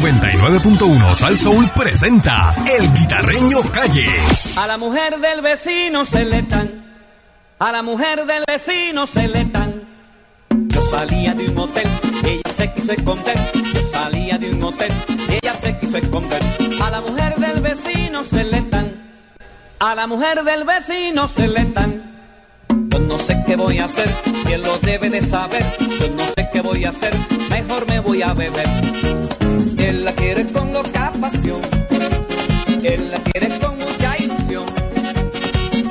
99.1 Sal Soul presenta El Guitarreño Calle. A la mujer del vecino se le dan, a la mujer del vecino se le dan. Yo salía de un hotel, ella se quiso esconder. Yo salía de un hotel, ella se quiso esconder. A la mujer del vecino se le dan, a la mujer del vecino se le dan. Yo no sé qué voy a hacer, si él lo debe de saber. Yo no sé qué voy a hacer, mejor me voy a beber. Él la quiere con loca pasión, él la quiere con mucha ilusión.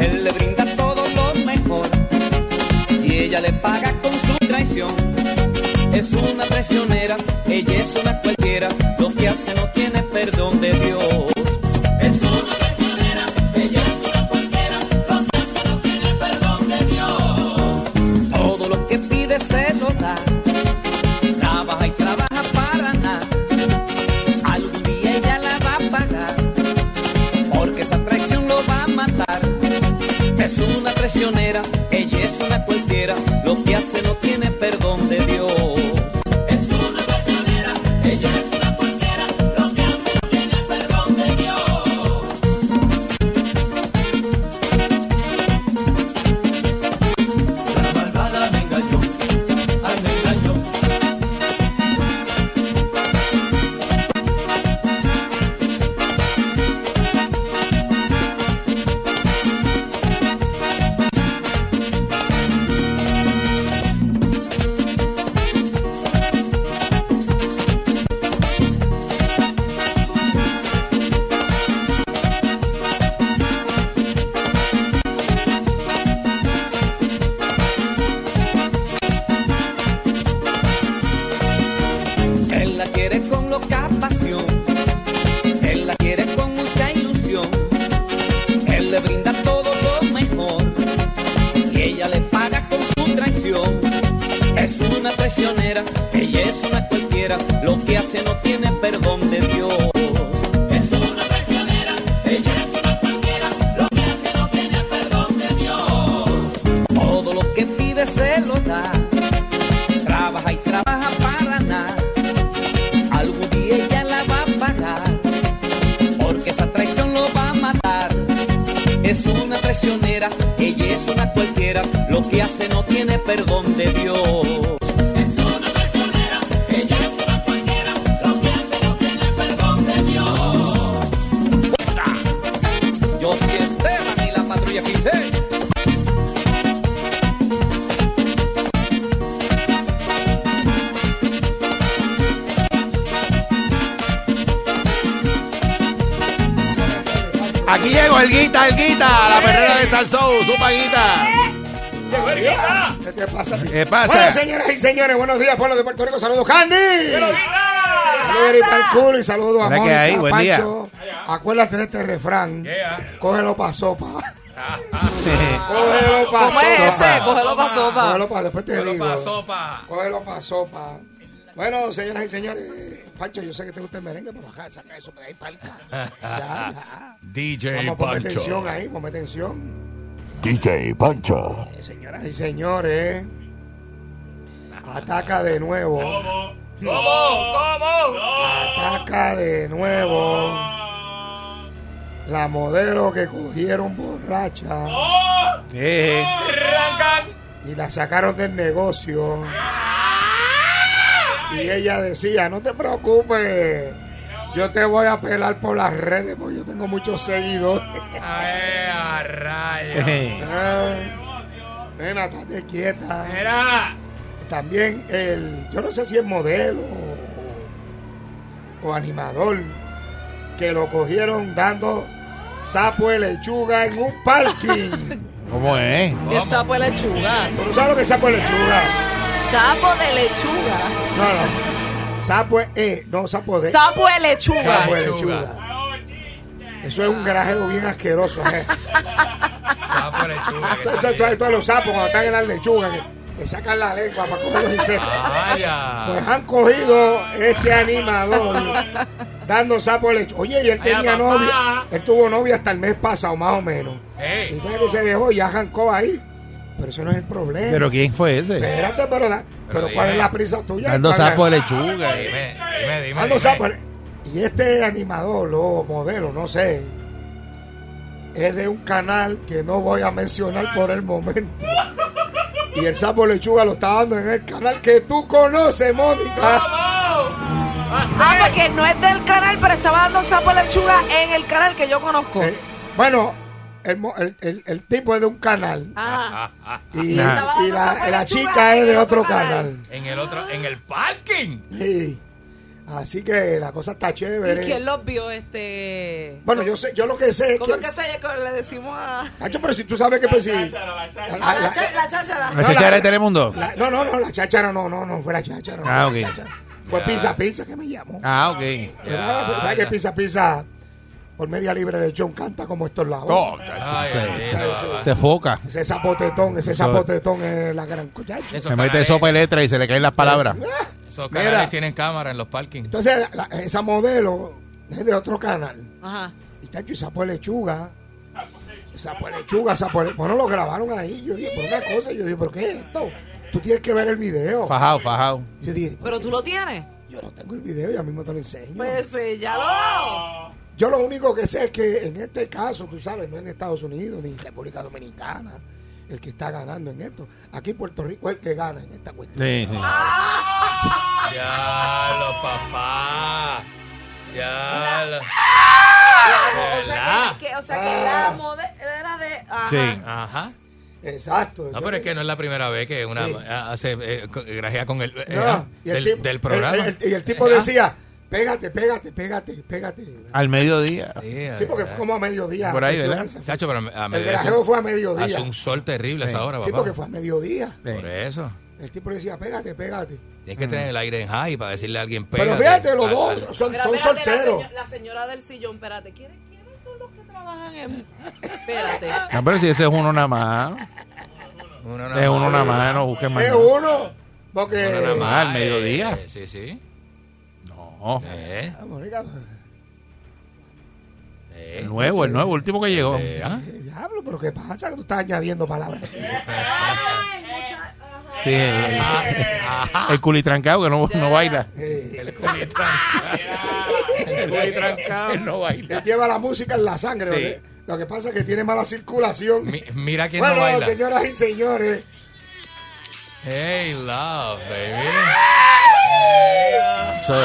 Él le brinda todo lo mejor y ella le paga con su traición. Es una traicionera, ella es una cualquiera, lo que hace no tiene perdón de Dios. Es una traicionera, ella es una cualquiera, lo que hace no tiene perdón de Dios. Todo lo que pide se lo da, trabaja y trabaja para nada. Algún día ella la va a pagar, porque esa traición lo va a matar. Es una traicionera, ella es una cualquiera, lo que hace no tiene perdón de Dios. Es una traicionera, ella es una cualquiera, lo que hace no tiene perdón de Dios. La malvada me engañó, ay me engañó. Él la quiere con loca pasión, él la quiere con mucha ilusión, él le brinda todo lo mejor y ella le paga con su traición. Es una traicionera, ella es una cualquiera, lo que hace no tiene perdón de Dios. Es una traicionera, ella es una cualquiera, lo que hace no tiene perdón de Dios. Todo lo que pide se lo da, trabaja y trabaja para nada. Algún día ella la va a pagar, porque esa traición lo va a matar. Es una traicionera, ella es una cualquiera, lo que hace no tiene perdón de Dios. Es una traicionera, ella es una cualquiera, lo que hace no tiene perdón de Dios. Yo soy Esteban y la patrulla 15. Aquí llegó el guita, el guita, la perrera de Salsou, su paguita. ¿Qué te pasa? a ti? ¿Qué pasa? Bueno, señoras y señores, buenos días, pueblo de Puerto Rico. Saludos, Candy. Saludos, y saludos a ¿Qué Mónica, hay? Buen a día. Pancho. Acuérdate de este refrán. Cógelo pa' sopa. Cógelo pa' ¿Cómo es sopa. ese? Cógelo pa' sopa. Cógelo pa' después te digo. Cógelo pa' sopa. Bueno, señoras y señores, Pancho, yo sé que te gusta el merengue, pero ajá, saca eso de ahí, palca. Ya, ya. DJ Vamos a poner tensión Pancho. ahí, ponme tensión. DJ Pancho. Eh, Señoras y señores, ataca de nuevo. Ataca de nuevo. La modelo que cogieron borracha Eh, y la sacaron del negocio. Y ella decía, no te preocupes, yo te voy a pelar por las redes porque yo tengo muchos seguidores. Ay, a rayos. eh. Ah, Nena, estate quieta. Mira, También el, yo no sé si es modelo o- o, animador, que lo cogieron dando sapo de lechuga en un parking. ¿Cómo es? De sapo de lechuga. ¿Tú no sabes lo que es sapo de lechuga? Sapo de lechuga. No, no. Sapo es, eh, no, sapo de, Sapo de lechuga. sapo de lechuga. Eso es un grajeo bien asqueroso. ¿eh? sapo lechuga. que Todos se ríe. todos- todos los sapos cuando están en la lechuga que, que sacan la lengua para comer los insectos. Ay, a- Pues han cogido este animador dando sapo de lechuga. Oye, y él tenía papá. novia. Él tuvo novia hasta el mes pasado, más o menos. Y Ey, fue que se dejó y arrancó ahí. Pero eso no es el problema. ¿Pero quién fue ese? Espérate, pero, da- pero dime. ¿cuál es la prisa tuya? Dando Están- sapo de lechuga. eh. Dime, dime, dime. Dando dime. sapo. Y este animador o modelo, no sé, es de un canal que no voy a mencionar por el momento. Y el sapo lechuga lo está dando en el canal que tú conoces, Mónica. Ah, porque no es del canal, pero estaba dando sapo lechuga en el canal que yo conozco. Eh, bueno, el, mo- el- el- el tipo es de un canal Ajá. y, Ajá. y Ah. Estaba dando la, sapo la lechuga chica es en de el otro otro canal. En el otro, en el parking. Sí. Así que la cosa está ¿Y chévere. quién los vio? Este. Bueno, yo sé, yo lo que sé es ¿Cómo que. es que se llama? Le decimos a. Nacho, pero si tú sabes que pues sí. La- a la- la, cha- la cháchara. ¿La chachara de Telemundo? la- No, no, no, la cháchara no, no, no fue la cháchara. no Ah, fue la ok. cháchara. Fue Pizza Pizza que me llamó. Ah, ok. Pero nada, pero ¿sabes que Pizza Pizza por media libre de John canta como estos lados? Oh, chacho, Ay, se, bendito, papá. se foca. Ese zapotetón, ese zapotetón es la gran muchacho. Esos Se mete canales- sopa y letra y se le caen las palabras. Esos Ah, Mira. canales tienen cámara en los parkings. Entonces, la- la- esa modelo es de otro canal. Ajá. Y chacho, y sapo de lechuga. Sapo de lechuga, sapo de Bueno, lo grabaron ahí. Yo dije, por una cosa, yo dije, ¿pero qué es esto? Tú tienes que ver el video. Fajao, fajao. Yo dije, Pero tú lo tienes. yo no tengo el video, ya mismo te lo enseño. Oh. Pues eh, ya lo. Yo lo único que sé es que en este caso, tú sabes, no en Estados Unidos ni en República Dominicana el que está ganando en esto. Aquí Puerto Rico es el que gana en esta cuestión. Sí, sí. Ya lo papá. Ya lo. Ah, O sea, ¿Verdad? que, que- o sea, que Ah. la modelo era de. Ajá. Sí. Ajá. Exacto. No, pero es que no es la primera vez que una Sí. hace eh, co- grajea con el eh, No, ah, y el del, tipo- del programa. el- el- y el tipo decía, pégate, pégate, pégate, pégate. Al mediodía. Sí, porque fue como a mediodía. Por ahí, ¿verdad? Esa fue- Chacho, pero a El mediodía grajeo hace, fue a mediodía. hace un sol terrible a esa hora, Sí, papá. porque fue a mediodía. Sí. Por eso. El tipo decía, pégate, pégate. Tienes que tener el aire en high para decirle a alguien Pero pégate. fíjate, los Al- dos al- son, Pero son espérate, solteros. La, seño- la señora del sillón, espérate. ¿Quiénes, ¿Quiénes son los que trabajan en.? Espérate. No, pero si ese es uno nada más. uno Es uno nada más, no busquen más. Es nada. uno. Porque. uno nada más, Ah, al eh, mediodía. sí, sí. No, Eh, Ah, Mónica, eh, el nuevo, el nuevo, el último que llegó. eh, ah. eh, Diablo, pero ¿qué pasa? Que tú estás añadiendo palabras. Ay, mucha. Ajá. Sí, el, el, ah, el culitrancado que no, no baila. Eh, Él no baila. él lleva la música en la sangre. Sí. ¿vale? Lo que pasa es que tiene mala circulación. Mi- mira quién bueno, no baila. señoras y señores, Hey, love, baby. So,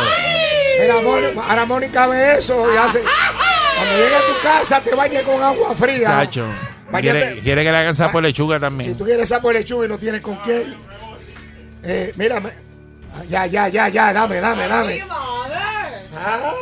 mira, Mónica- ahora Mónica ve eso y hace. Cuando llegue a tu casa, te bañes con agua fría. Tacho. Quiere, Bañate- quiere que le hagan sapo de lechuga también. Si tú quieres sapo de lechuga y no tienes con quién. Eh, mira, me- ah, ya, ya, ya, ya, dame, dame, dame. ¡Qué madre! Ah,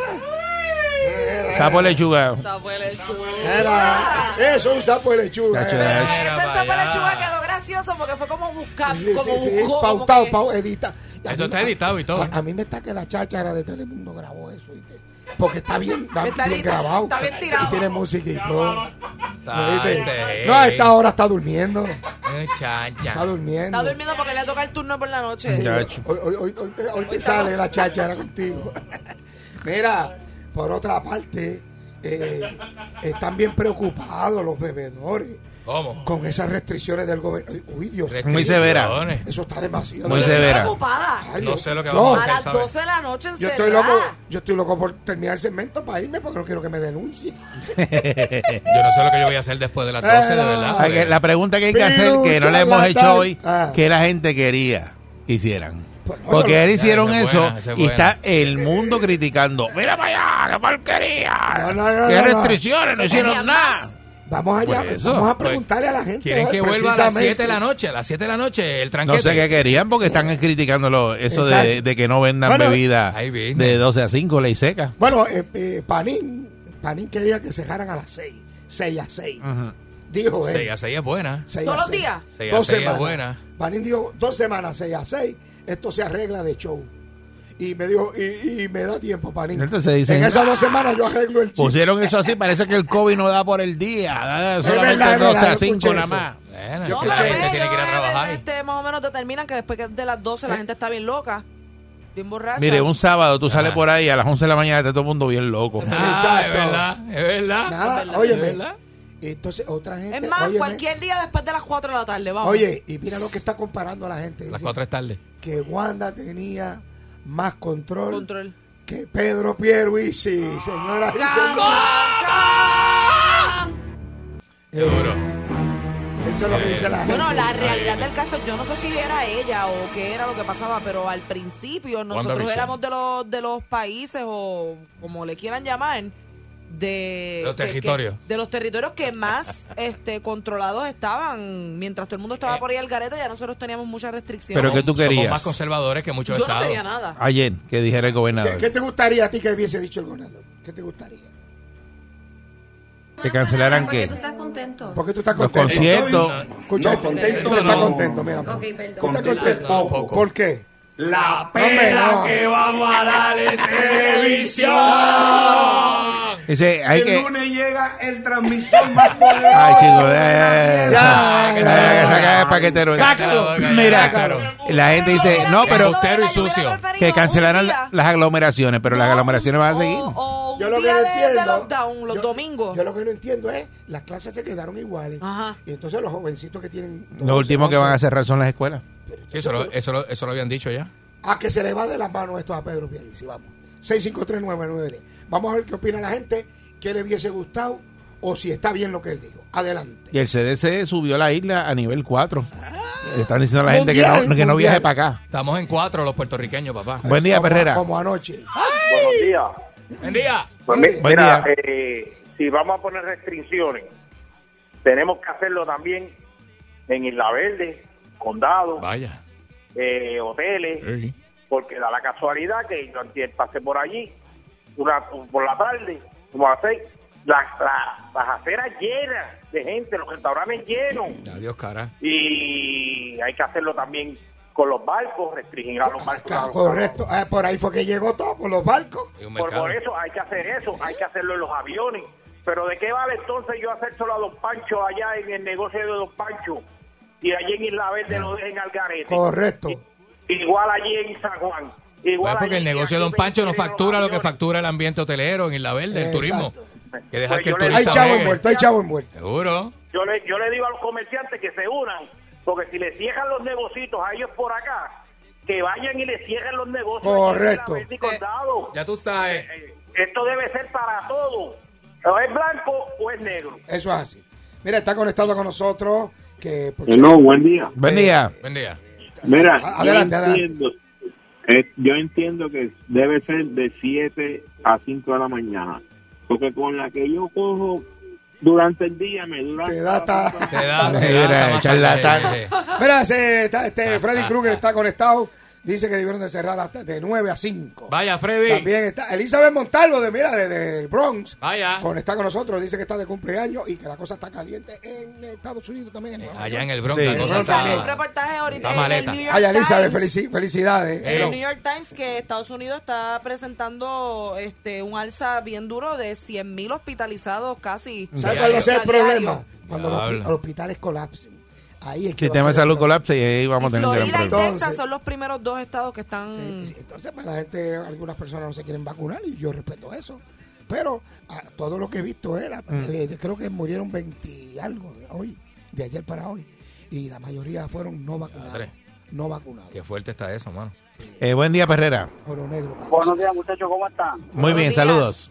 mira, Sapo de lechuga. Esa fue lechuga. mira, eso es un sapo de lechuga. Tacho, eh. tacho. Ese para sapo allá. lechuga quedó gracioso porque fue como buscar, Sí, como sí, sí, buscó. como pautado, que- pau- edita. Y a mí- Esto está editado y todo. A, a mí me está que la cháchara de Telemundo grabó eso, ¿viste? Porque está bien, está Está bien edita- grabado. está bien tirado. Y tiene música y todo. ¿no Está, Eh, viste? este, No, a hey. esta hora está durmiendo. Está Ay, chan, chan. durmiendo. Está durmiendo porque le toca el turno por la noche. Sí. Hoy, hoy- hoy- hoy te, hoy te sale la cháchara contigo. Mira, por otra parte, eh, están bien preocupados los bebedores ¿Cómo? con esas restricciones del gobierno. Uy, Dios mío, Muy severa. Restricciones. eso está demasiado. Muy Estoy severa. preocupada. Ay, No Dios, sé lo que yo- vamos A Usted las sabe. 12 de la noche Ah. Yo encerrada. estoy loco, yo estoy loco por terminar el segmento para irme porque no quiero que me denuncien. Yo no sé lo que yo voy a hacer después de las 12, de verdad. Hay que- la pregunta que hay que hacer, que no le hemos hecho hoy, Ah. que la gente quería que hicieran. Pues, Porque él hicieron Esa es eso buena, esa es y buena. está el mundo criticando. Mira para allá, qué porquería. No, no, no, qué no, no. restricciones, no hicieron Querían nada. más. Vamos allá, Pues eso, vamos a pues, preguntarle a la gente. Quieren hoy, que vuelva a las 7 de precisamente. la noche, a las 7 de la noche, el No tranquete. sé qué querían porque están criticando lo- eso de, Exacto. de que no vendan Bueno, bebidas ahí viene. de 12 a 5, ley seca. Bueno, eh, eh, Panín, Panín quería que cerraran a las 6, 6 a 6. Dijo él. 6 a 6 es buena. seis ¿Todos a los seis. días? Seis a Dos seis es semanas. buena. Panín dijo, dos semanas, 6 a 6. Esto se arregla de show. Y me dijo, y, y me da tiempo, Panín. Entonces dicen, en esas dos semanas yo arreglo el chip. Pusieron eso así, parece que el COVID no da por el día. da solamente verdad, es 12 verdad, a yo 5 escuché nada eso. más. Bueno, es No, que pero la gente ellos, tiene que ir a eh, trabajar. Eh. este, más o menos determinan que después que de las 12 la gente está bien loca, bien borracha. Mire, un sábado tú sales Ajá. por ahí a las 11 de la mañana está todo el mundo bien loco. Ah, es Exacto. verdad, es verdad. Nada, Es verdad, óyeme. es verdad. Entonces, otra gente. Es más, óyeme, cualquier día después de las 4 de la tarde, vamos. Oye, y mira lo que está comparando la gente. Las Dice cuatro es tarde. que Wanda tenía más control, Control. que Pedro Pierluisi, señoras y señores. Seguro. Eh, Esto es lo que dice Eh, la gente. Bueno, la realidad del caso, yo no sé si era ella o qué era lo que pasaba, pero al principio nosotros WandaVision. éramos de los de los países o como le quieran llamar de De los que- que- territorios. de los territorios que más este controlados estaban mientras todo el mundo Eh. estaba por ahí al garete ya nosotros teníamos muchas restricciones Pero que tú querías. Somos más conservadores que muchos yo no estados. tenía nada Ayer, que dijera el ¿Qué, gobernador. qué te gustaría a ti que hubiese dicho el gobernador? ¿Qué te gustaría? ¿Que cancelaran Porque qué? tú estás contento. ¿Por qué tú estás Los contento? conciertos. Escucha, No, esto, contento esto está no. contento, mira. Ok, ¿Estás perdón. contento? Contento poco. ¿Por qué? La pena no. que vamos a dar en televisión. Dice, hay que. llega el transmisor más poderoso. Ay, chicos, eh, Ya, eh, ya, saca ya. el paquetero. Sácalo. Mira, Sácalo. la gente dice, no, pero Embustero y Yo hubiera sucio. preferido que un cancelaran día- las aglomeraciones, pero las no, aglomeraciones van a o- seguir. o un Yo lo que día no de- entiendo. de lockdown los yo- domingos Yo lo que no entiendo es, las clases se quedaron iguales. Ajá. Y entonces los jovencitos que tienen. Lo último que van a cerrar son las escuelas. Sí, eso, eh, lo, eso, lo, eso lo habían dicho ya. A que se le va de las manos esto a Pedro Pierluisi, vamos. 6539910. Vamos a ver qué opina la gente, qué le hubiese gustado o si está bien lo que él dijo. Adelante. Y el CDC subió la isla a nivel 4. Están diciendo a la gente que no, Mundial, que no viaje mundial. para acá. Estamos en cuatro los puertorriqueños, papá. Buen día, como, Perrera. Como anoche. Buenos días. Buen día. Pues Buen mi- día. mira, Buen eh, si vamos a poner restricciones, tenemos que hacerlo también en Isla Verde, condado, Vaya. eh, hoteles, Sí. porque da la casualidad que yo antier pasé por allí, una, por la tarde, como a las seis, las, las, las aceras llenas de gente, los restaurantes llenos, Adiós, cara. y hay que hacerlo también con los barcos, restringir a los barcos. a los- Correcto. Ah, por ahí fue que llegó todo, por los barcos. Hay un Por, mercado. por eso hay que hacer eso, hay que hacerlo en los aviones. Pero ¿de qué vale entonces yo hacérselo a Don Pancho allá en el negocio de Don Pancho y allí en Isla Verde lo dejen al garete? Correcto. I- Igual allí en San Juan. Igual Pues porque allí el negocio de aquí Don Pancho no en los factura lo que aviones. factura el ambiente hotelero en Isla Verde, el turismo. Exacto. Que dejar Eh, Pues que el yo le- Hay turista chavo bregue. envuelto, hay chavo envuelto. Seguro. Yo le, yo le digo a los comerciantes que se unan, porque si le cierran los negocios a ellos por acá, que vayan y le cierren los negocios. allí en Isla Correcto. Verde y Condado. Eh, Ya tú sabes. Eh, Esto debe ser para todos. O es blanco o es negro. Eso es así. Mira, está conectado con nosotros. Que, por No, buen día. Buen día. Buen día. Mira, A- adelante, yo, adelante. entiendo, eh, yo entiendo que debe ser de 7 a 5 de la mañana. Porque con la que yo cojo durante el día me dura. Te da ta- Te da. te Mira, da, está más charlatán. tarde. Mira, se- está- este Freddy Krueger está conectado. Dice que debieron de cerrar hasta de 9 a 5. Vaya, Freddy. También está Elizabeth Montalvo de mira de, del Bronx. Vaya. Con, está con nosotros, dice que está de cumpleaños y que la cosa está caliente en Estados Unidos también. en Eh, Nueva Allá York. en el Bronx Sí. la cosa Y salió un está... reportaje ahorita Está en el maleta. New York Ay, Elizabeth, Times. felici- felicidades. Eh, El New York Times que Estados Unidos está presentando este un alza bien duro de 100.000 hospitalizados casi. ¿Sabes cuál ya, va a ya. ser el problema? Cuando los, Diablo. hospi- los hospitales colapsen. Ahí es El que. sistema va a de ser el salud problema. colapsa y ahí vamos a tener un gran Florida y problema. Texas son los primeros dos estados que están Sí, Entonces, para la gente, algunas personas no se quieren vacunar y yo respeto eso. Pero a, todo lo que he visto era, Mm. eh, creo que murieron 20 y algo de hoy, de ayer para hoy. Y la mayoría fueron no vacunados. Madre. No vacunados. Qué fuerte está eso, mano. Eh, buen día, Perrera. Oro negro. cabrón. Buenos días, muchachos, ¿cómo están? Muy Buenos bien, días. saludos.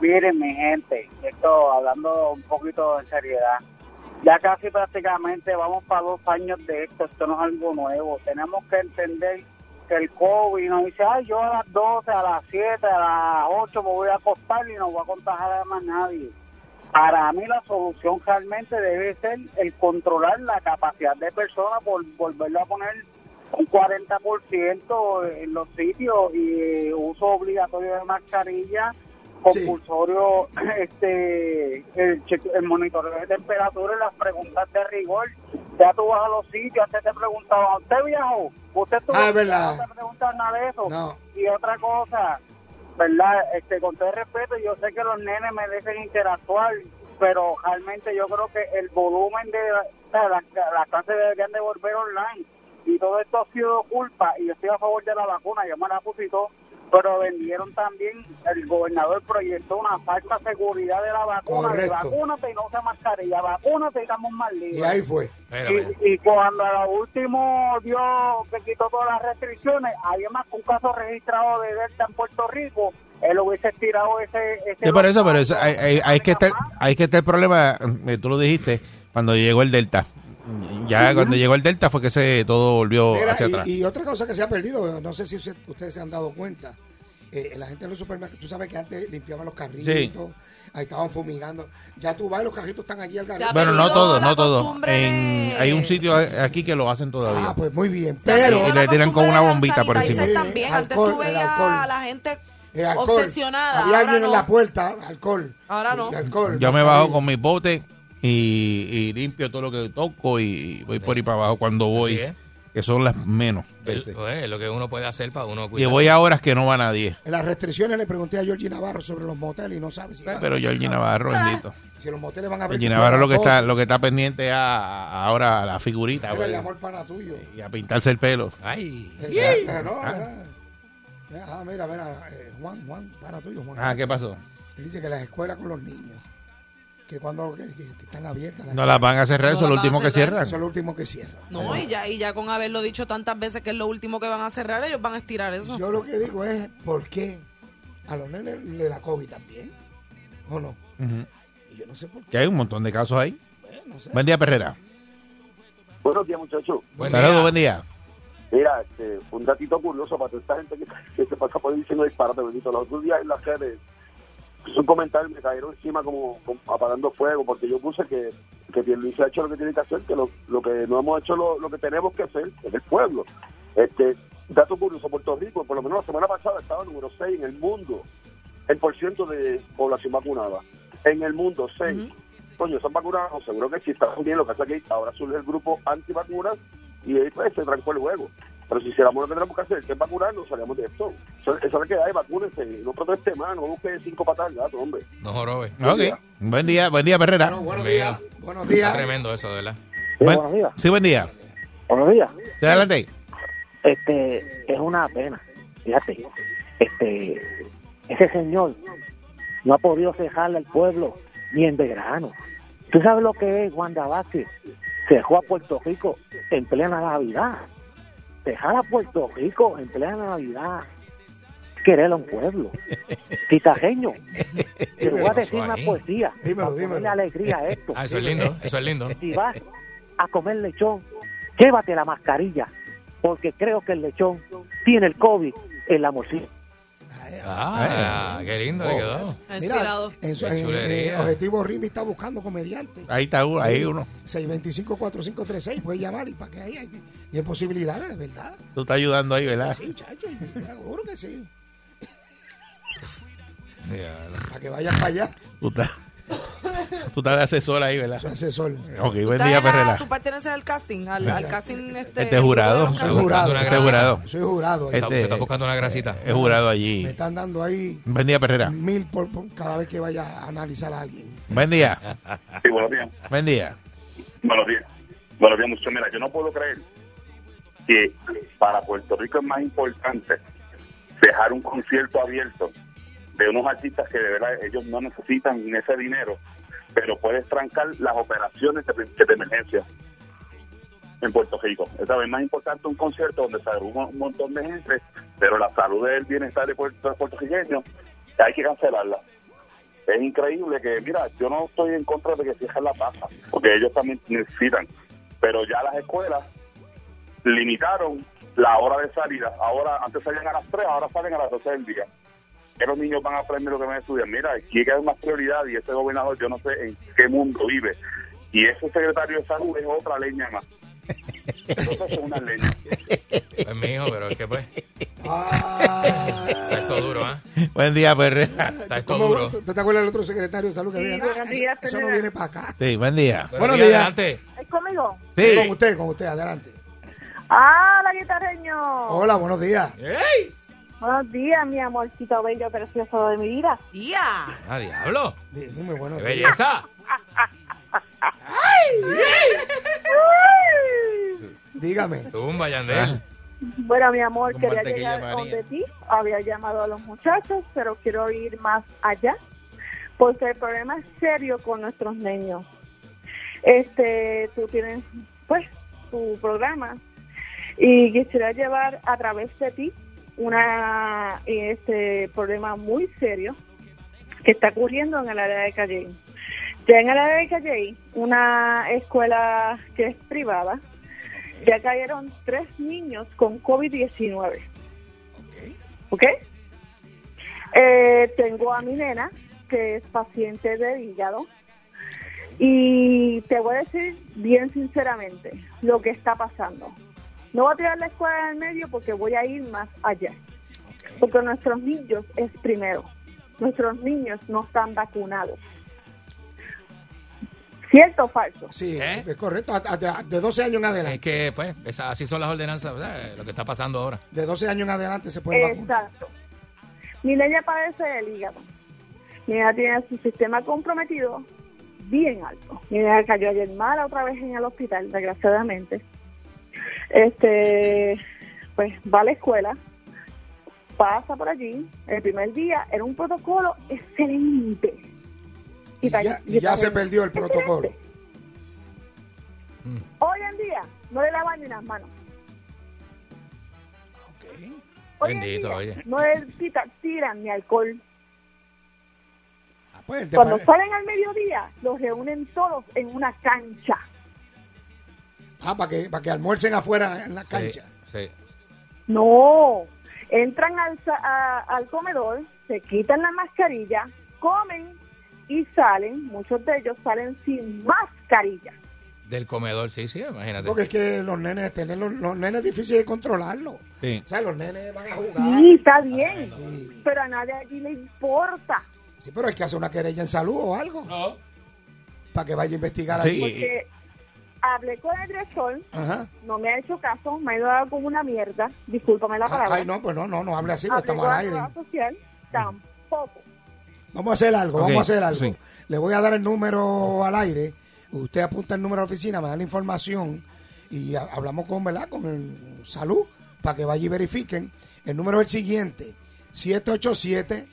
Miren, mi gente, esto hablando un poquito en seriedad. Ya casi prácticamente vamos para dos años de esto, esto no es algo nuevo. Tenemos que entender que el COVID nos dice, ay, yo a las 12, a las 7, a las 8 me voy a acostar y no voy a contagiar a más nadie. Para mí la solución realmente debe ser el controlar la capacidad de personas por volverlo a poner un 40% en los sitios y uso obligatorio de mascarilla, Sí. compulsorio este el, cheque- el monitoreo de temperatura y las preguntas de rigor. Ya tú vas a los sitios, antes te preguntaban, ¿usted viajó? ¿Usted estuvo Ah, es en el verdad. carro?" No te preguntan nada de eso. No. Y otra cosa, ¿verdad? Este, con todo el respeto, yo sé que los nenes merecen interactuar, pero realmente yo creo que el volumen de o sea, las las clases deberían de volver online. Y todo esto ha sido culpa, y yo estoy a favor de la vacuna, yo me la puse y todo, pero vendieron también, el gobernador proyectó una falsa seguridad de la vacuna, de Correcto. vacúnate y no usa mascarilla, vacúnate y estamos más Y libres. ahí fue. Espérame. Y, y cuando a lo último dio que quitó todas las restricciones, había más que un caso registrado de Delta en Puerto Rico, él hubiese tirado ese... ese Sí, por eso, pero eso, hay, hay- hay que estar, hay que estar el problema, eh, tú lo dijiste, cuando llegó el Delta. Ya cuando llegó el Delta fue que se todo volvió Mira, hacia y- atrás. y, otra cosa que se ha perdido, no sé si usted- ustedes se han dado cuenta, eh, la gente en los supermercados, tú sabes que antes limpiaban los carritos, ahí estaban fumigando, ya tú vas y los carritos están allí al garete. ha bueno, no perdido todo, la no todo. costumbre En- de- hay un sitio a- aquí que lo hacen todavía. Ah, pues muy bien, Se ha pero... perdido Y le la tiran con costumbre una de la bombita por sanitizer encima. también. Sí, Antes alcohol, tú el veías alcohol. a la gente eh, alcohol. obsesionada. Había ahora alguien en no. la puerta, alcohol. Ahora no. Y alcohol. Yo me mascarilla. bajo con mi bote y, y limpio todo lo que toco y voy por ahí para abajo cuando voy, es. que son las menos. Es pues, es lo que uno puede hacer para uno Y cuidarse. voy a horas que no va nadie. En las restricciones le pregunté a Georgie Navarro sobre los moteles y no sabe si, Pero yo el Navarro, Ah, bendito. si los moteles van a abrir. El Navarro lo que está, 12. lo que está pendiente a, ahora a la figurita Era el güey, amor para tuyo. y a pintarse el pelo. Ay. Exacto, ¿no? Era- Ah, mira, mira, eh, Juan, Juan, para tuyo, Juan. Ah, ¿qué pasó? Él dice que las escuelas con los niños, que cuando que- que están abiertas, las No la van a cerrar, No eso es la lo van a último que cerrar. cierran. eso es lo último que cierra. No, y ya, y ya con haberlo dicho tantas veces que es lo último que van a cerrar, ellos van a estirar eso. Yo lo que digo es, ¿por qué a los nenes le da COVID también? ¿O no? Ujú. Y yo no sé por qué, Que hay un montón de casos ahí. no sé. Buen día, Perrera. Buenos días, muchachos. Buen Saludos, día. buen día. Mira, este, un datito curioso para toda esta gente que, que se pasa por ahí diciendo disparate, bendito. Los otros días en las redes, hice un comentario y me cayeron encima como, como apagando fuego, porque yo puse que, que Pierluisi ha hecho lo que tiene que hacer, que lo, lo que no hemos hecho lo, lo que tenemos que hacer, que es el pueblo. Este, dato curioso, Puerto Rico, por lo menos la semana pasada estaba número 6 en el mundo, el por ciento de población vacunada. En el mundo, 6. Coño, son vacunados, seguro que sí, están bien, lo que pasa es que ahora surge el grupo antivacunas y ahí pues se trancó el juego. Pero si hiciéramos lo que tenemos que hacer, que es vacunarnos, salíamos de esto. Eso eso es lo que hay, vacúnense, no proteste más, no busque cinco patas al gato, hombre. No jorobe. Ok. Buen día, buen día, Perrera. Buenos Buen días. día. Buenos Está días. tremendo eso, de verdad. Buen- buenos días. Sí, buen día. Buenos días. Sí, adelante. Este, es una pena, fíjate. Este, ese señor no ha podido cejarle al pueblo ni en verano. ¿Tú sabes lo que es Wanda Vázquez? Cejó a Puerto Rico en plena Navidad. Cejar a Puerto Rico en plena Navidad. Querer a un pueblo. Quitajeño. Te voy a decir una Ahí. poesía. Dímelo, para dímelo. ponerle alegría a esto. Ah, eso es lindo, eso es lindo. Si vas a comer lechón, llévate la mascarilla, porque creo que el lechón tiene el COVID en la morcilla. Ah, qué lindo Oh. le quedó. Inspirado. eh. en, su, Qué en- chulería. en Objetivo Rimi está buscando comediantes. Ahí está uno, ahí uno. 625-4536, puedes llamar y para que ahí hay, y hay posibilidades, de verdad. Tú estás ayudando ahí, ¿verdad? Sí, muchachos, seguro que sí. Ya, lo- Para que vayas para allá, Tú estás, tú estás de asesor ahí, ¿verdad? su asesor. Ok, buen ¿Estás día, en la- Perrera. ¿Tú perteneces al casting? Al, al casting este... Este jurado. de los Soy cantantes. buscando jurado. una Este jurado. Soy jurado. ahí. Este- Te está buscando una grasita. Es jurado Me allí. están dando ahí Buen día, Perrera. mil por, por cada vez que vaya a analizar a alguien. Buen día. Sí, buenos días. Buen día. Buenos días. Buenos días, muchachos. Mira, yo no puedo creer que para Puerto Rico es más importante dejar un concierto abierto de unos artistas que de verdad ellos no necesitan ese dinero, pero puedes trancar las operaciones de, de emergencia en Puerto Rico. Esta vez más importante un concierto donde se agrupa un montón de gente, pero la salud del bienestar de puerto, puertorriqueño hay que cancelarla es increíble que, mira, yo no estoy en contra de que cierren la pasa, porque ellos también necesitan, pero ya las escuelas limitaron la hora de salida. Ahora, antes salían a las 3, ahora salen a las 12 del día. Que los niños van a aprender lo que van a estudiar. Mira, aquí hay que dar más prioridad y ese gobernador, yo no sé en qué mundo vive. Y ese secretario de salud es otra leña más. Entonces es una leña. Es mi hijo, pero es que pues. Está Ah, esto duro, ¿ah? Buen día, Perrera. Está esto ¿cómo- duro. ¿Tú tú te acuerdas del otro secretario de salud que había? No, buenos días, eso, eso no señora. viene para acá. Sí, buen día. Buenos días. adelante. ¿Es conmigo? Sí, Con Sí. usted, con usted, adelante. ¡Ah, la guitarreño! Hola, buenos días. Buenos días, mi amorcito bello, precioso de mi vida. ¡Ya! Ah, diablo. Dime, buenos ¡Qué días. belleza! Dígame. Ah. Tumba, Yandel. Bueno, mi amor, Con quería mantequilla llegar María. donde ti. Había llamado a los muchachos, pero quiero ir más allá, porque el problema es serio con nuestros niños. Este, tú tienes, pues, tu programa y quisiera llevar a través de ti una este problema muy serio que está ocurriendo en el área de Calle. Ya en el área de Calle, una escuela que es privada, ya cayeron tres niños con COVID-19. ¿Ok? Eh, tengo a mi nena, que es paciente de hígado. Y te voy a decir bien sinceramente lo que está pasando. No voy a tirar la escuela del medio porque voy a ir más allá. Porque nuestros niños es primero. Nuestros niños no están vacunados. ¿Cierto o falso? Sí, ¿Eh? es correcto. A- a- De, de 12 años en Es adelante. que, pues, esa- así son las ordenanzas, ¿verdad? Eh, Lo que está pasando ahora. De 12 años en adelante se puede vacunar. Exacto. Mi niña padece del hígado. Mi niña tiene su sistema comprometido bien alto. Mi niña cayó ayer mala otra vez en el hospital, desgraciadamente. Este, pues va a la escuela, pasa por allí. El primer día era un protocolo excelente. Y ya, y ya se perdió el protocolo. Hoy en día no le lavan ni las manos. Hoy en Bendito, día, oye. No le tita- tiran ni alcohol. Ah, pues, el de Cuando pa- salen al mediodía, los reúnen todos en una cancha. ah, para que, para que almuercen afuera en la cancha. Sí. No, entran al, sa- a- al comedor, se quitan la mascarilla, comen y salen, muchos de ellos salen sin mascarilla. Del comedor, sí, sí, imagínate. Porque es que los nenes, tener los, los nenes es difícil de controlarlo. Sí. O sea, los nenes van a jugar. Sí, está bien, Sí. pero a nadie allí le importa. Sí, pero hay que hacer una querella en salud o algo. Para que vaya a investigar Sí. allí. Porque Eh, hablé con el director, Ajá. no me ha hecho caso, me ha dado como una mierda, discúlpame la palabra. Ay, no, pues no, no, no hable así, Hablé porque estamos con al la aire. Mm. abogada social, tampoco. Vamos a hacer algo, Ok, vamos a hacer algo. sí. Le voy a dar el número al aire. Usted apunta el número a la oficina, me da la información y ha- hablamos con, ¿verdad? con el salud para que vaya y verifiquen. El número es el siguiente, 787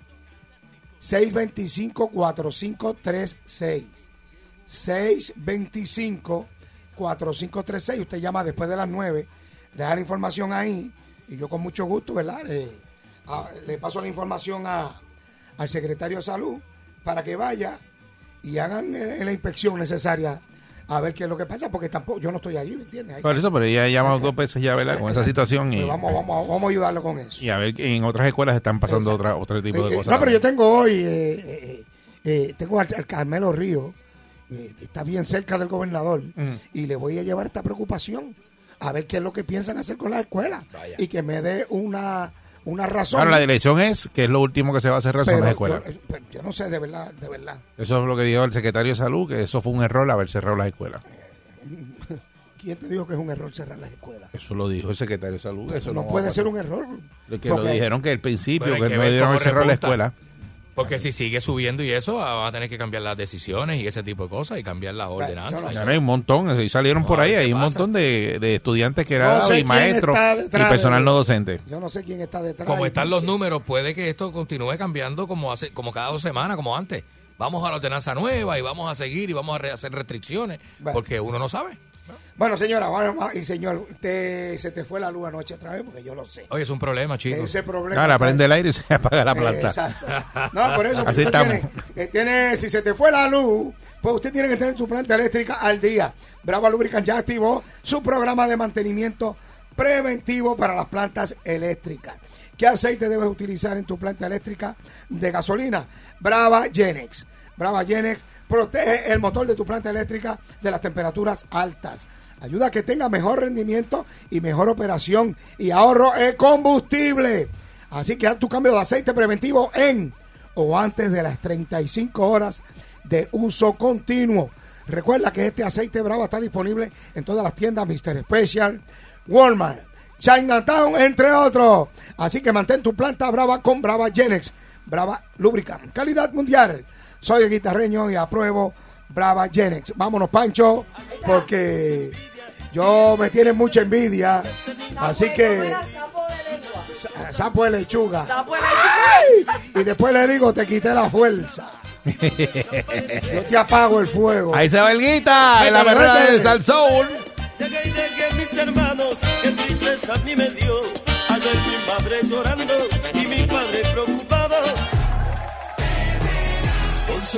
625 4536. 625-4536. Usted llama después de las 9, deja la información ahí y yo con mucho gusto, ¿verdad? Le, a- le paso la información a- al secretario de salud para que vaya y hagan eh, la inspección necesaria a ver qué es lo que pasa, porque tampoco yo no estoy allí, ¿me entiendes? Hay- Por eso, pero ella ha llamado dos veces ya, ¿verdad? Con esa situación y, pero Pues vamos, vamos, vamos a ayudarlo con eso. y a ver que en otras escuelas están pasando Exacto. otra, otro tipo Eh, de eh, cosas. No, pero yo tengo hoy, eh, eh, eh, eh, tengo al, al Carmelo Río, eh, que está bien cerca del gobernador, Mm. y le voy a llevar esta preocupación a ver qué es lo que piensan hacer con las escuelas y que me dé una, una razón. Ahora, la dirección es que es lo último que se va a cerrar son pero las yo, escuelas. eh, pero yo no sé, de verdad, de verdad. Eso es lo que dijo el secretario de salud, que eso fue un error haber cerrado las escuelas. ¿Quién te dijo que es un error cerrar las escuelas? Eso lo dijo el secretario de salud. Eso no va a puede pasar. ser un error. De Que lo porque- dijeron que al principio, Bueno, hay que, que no ver debieron cómo haber cerrado la repunta. escuela. Porque si sigue subiendo y eso, ah, van a tener que cambiar las decisiones y ese tipo de cosas y cambiar las ordenanzas. yo Ya no hay un montón, y salieron No, por ahí, ¿qué hay un pasa? montón de, de estudiantes que No eran sé y quién maestros está y detrás de- personal no docente. Yo no sé quién está detrás. como y están por los qué. números, puede que esto continúe cambiando como hace, como cada dos semanas, como antes. Vamos a la ordenanza nueva y vamos a seguir y vamos a re- hacer restricciones Bueno. porque uno no sabe. Bueno, señora, vamos, y señor, te- se te fue la luz anoche otra vez, porque yo lo sé. Oye, es un problema, chicos. Ese problema. Ahora está- prende el aire y se apaga la planta. Eh, Exacto. No, por eso. usted Así estamos. tiene, eh, tiene- si se te fue la luz, pues usted tiene que tener su planta eléctrica al día. Brava Lubricant ya activó su programa de mantenimiento preventivo para las plantas eléctricas. ¿Qué aceite debes utilizar en tu planta eléctrica de gasolina? Brava Genex. Brava Genex protege el motor de tu planta eléctrica de las temperaturas altas. Ayuda a que tenga mejor rendimiento y mejor operación y ahorro de combustible. Así que haz tu cambio de aceite preventivo en o antes de las 35 horas de uso continuo. Recuerda que este aceite Brava está disponible en todas las tiendas Mr. Special, Walmart, Chinatown, entre otros. Así que mantén tu planta Brava con Brava Genex, Brava Lubricant, calidad mundial. Soy el guitarreño y apruebo Brava Genex. Vámonos, Pancho, porque Yo me tiene mucha envidia. Así que sa- sapo de lechuga. pues, Y después le digo, te quité la fuerza. Yo te apago el fuego. Ahí se va el guita en la Métele, verdad de métele. Sal Soul. Llegué y dejé mis hermanos, qué tristeza a mí me dio. Al ver mi madre llorando y mi padre preocupado. Pulsa